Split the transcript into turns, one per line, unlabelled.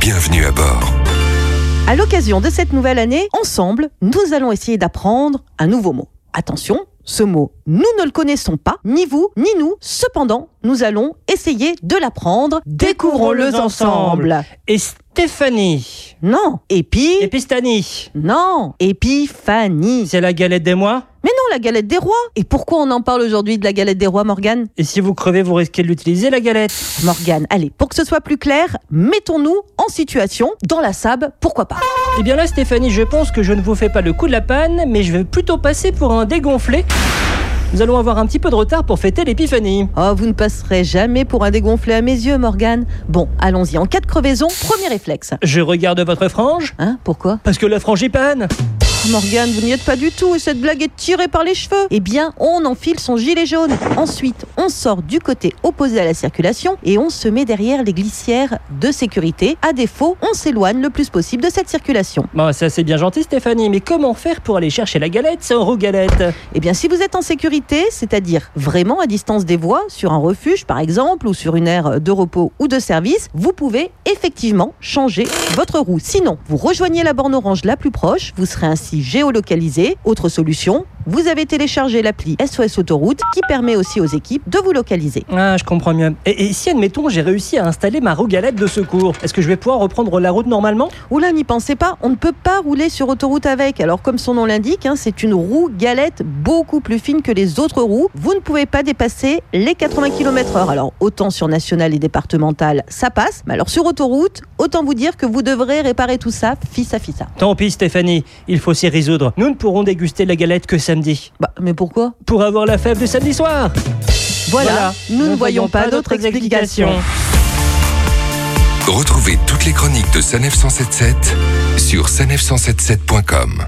Bienvenue à bord.
À l'occasion de cette nouvelle année, ensemble, nous allons essayer d'apprendre un nouveau mot. Attention, ce mot, nous ne le connaissons pas, ni vous, ni nous. Cependant, nous allons essayer de l'apprendre. Découvrons-le ensemble.
Et Stéphanie.
Non, épi,
Epistanie.
non, épiphanie.
C'est la galette des mois.
Mais non, la galette des rois. Et pourquoi on en parle aujourd'hui de la galette des rois, Morgane
Et si vous crevez, vous risquez de l'utiliser, la galette.
Morgane, allez, pour que ce soit plus clair, mettons-nous en situation, dans la sable, pourquoi pas.
Eh bien là, Stéphanie, je pense que je ne vous fais pas le coup de la panne, mais je vais plutôt passer pour un dégonflé. Nous allons avoir un petit peu de retard pour fêter l'épiphanie.
Oh, vous ne passerez jamais pour un dégonflé à mes yeux, Morgane. Bon, allons-y. En cas de crevaison, premier réflexe.
Je regarde votre frange,
Hein, pourquoi
parce que la frangipane.
Morgane, vous n'y êtes pas du tout et cette blague est tirée par les cheveux. Eh bien, on enfile son gilet jaune. Ensuite, on sort du côté opposé à la circulation et on se met derrière les glissières de sécurité. À défaut, on s'éloigne le plus possible de cette circulation.
Bon, ça c'est bien gentil, Stéphanie, mais comment faire pour aller chercher la galette sans roue galette
Eh bien, si vous êtes en sécurité, c'est-à-dire vraiment à distance des voies, sur un refuge par exemple, ou sur une aire de repos ou de service, vous pouvez effectivement changer votre roue. Sinon, vous rejoignez la borne orange la plus proche, vous serez ainsi géolocalisé. Autre solution, vous avez téléchargé l'appli SOS Autoroute qui permet aussi aux équipes de vous localiser.
Ah, je comprends mieux. Et, et si, admettons, j'ai réussi à installer ma roue galette de secours, est-ce que je vais pouvoir reprendre la route normalement
Oula, n'y pensez pas, on ne peut pas rouler sur autoroute avec. Alors, comme son nom l'indique, hein, c'est une roue galette beaucoup plus fine que les autres roues. Vous ne pouvez pas dépasser les 80 km/h. Alors, autant sur nationale et départementale, ça passe. Mais alors, sur autoroute, autant vous dire que vous devrez réparer tout ça, fissa fissa.
Tant pis, Stéphanie, il faut s'y résoudre. Nous ne pourrons déguster la galette que samedi.
Bah, mais pourquoi
Pour avoir la fève de samedi soir
Voilà, nous ne voyons pas d'autres explications.
Retrouvez toutes les chroniques de Sanef 177 sur sanef177.com.